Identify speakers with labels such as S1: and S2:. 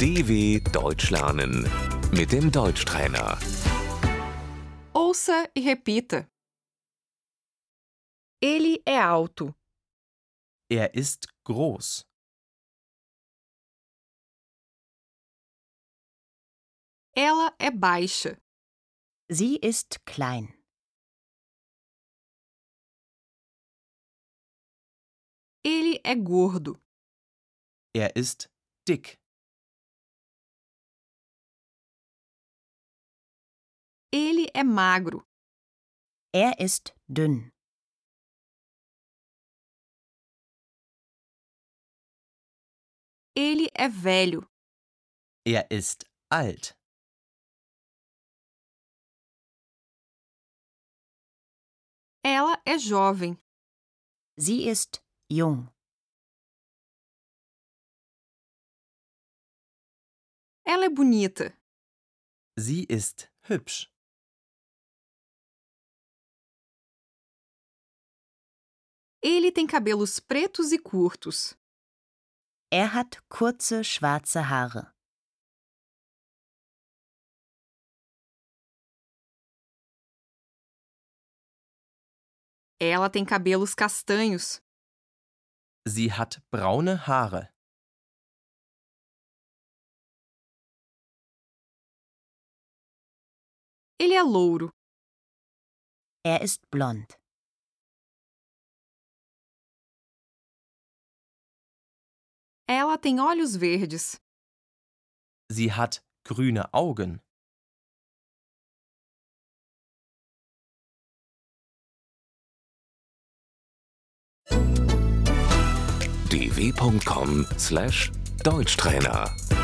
S1: DW Deutsch lernen mit dem Deutschtrainer.
S2: Ouça e repita. Ele é alto.
S3: Er ist groß.
S2: Ela é baixa.
S4: Sie ist klein.
S2: Ele é gordo.
S3: Er ist dick.
S2: Ele é magro.
S4: Er ist dünn.
S2: Ele é velho.
S3: Er ist alt.
S2: Ela é jovem.
S4: Sie ist jung.
S2: Ela é bonita.
S3: Sie ist hübsch.
S2: Ele tem cabelos pretos e curtos.
S4: Er hat kurze schwarze Haare.
S2: Ela tem cabelos castanhos.
S3: Sie hat braune Haare.
S2: Ele é louro.
S4: Er ist blond.
S2: Ela tem olhos verdes.
S3: Sie hat grüne Augen.
S1: dw.com/deutschtrainer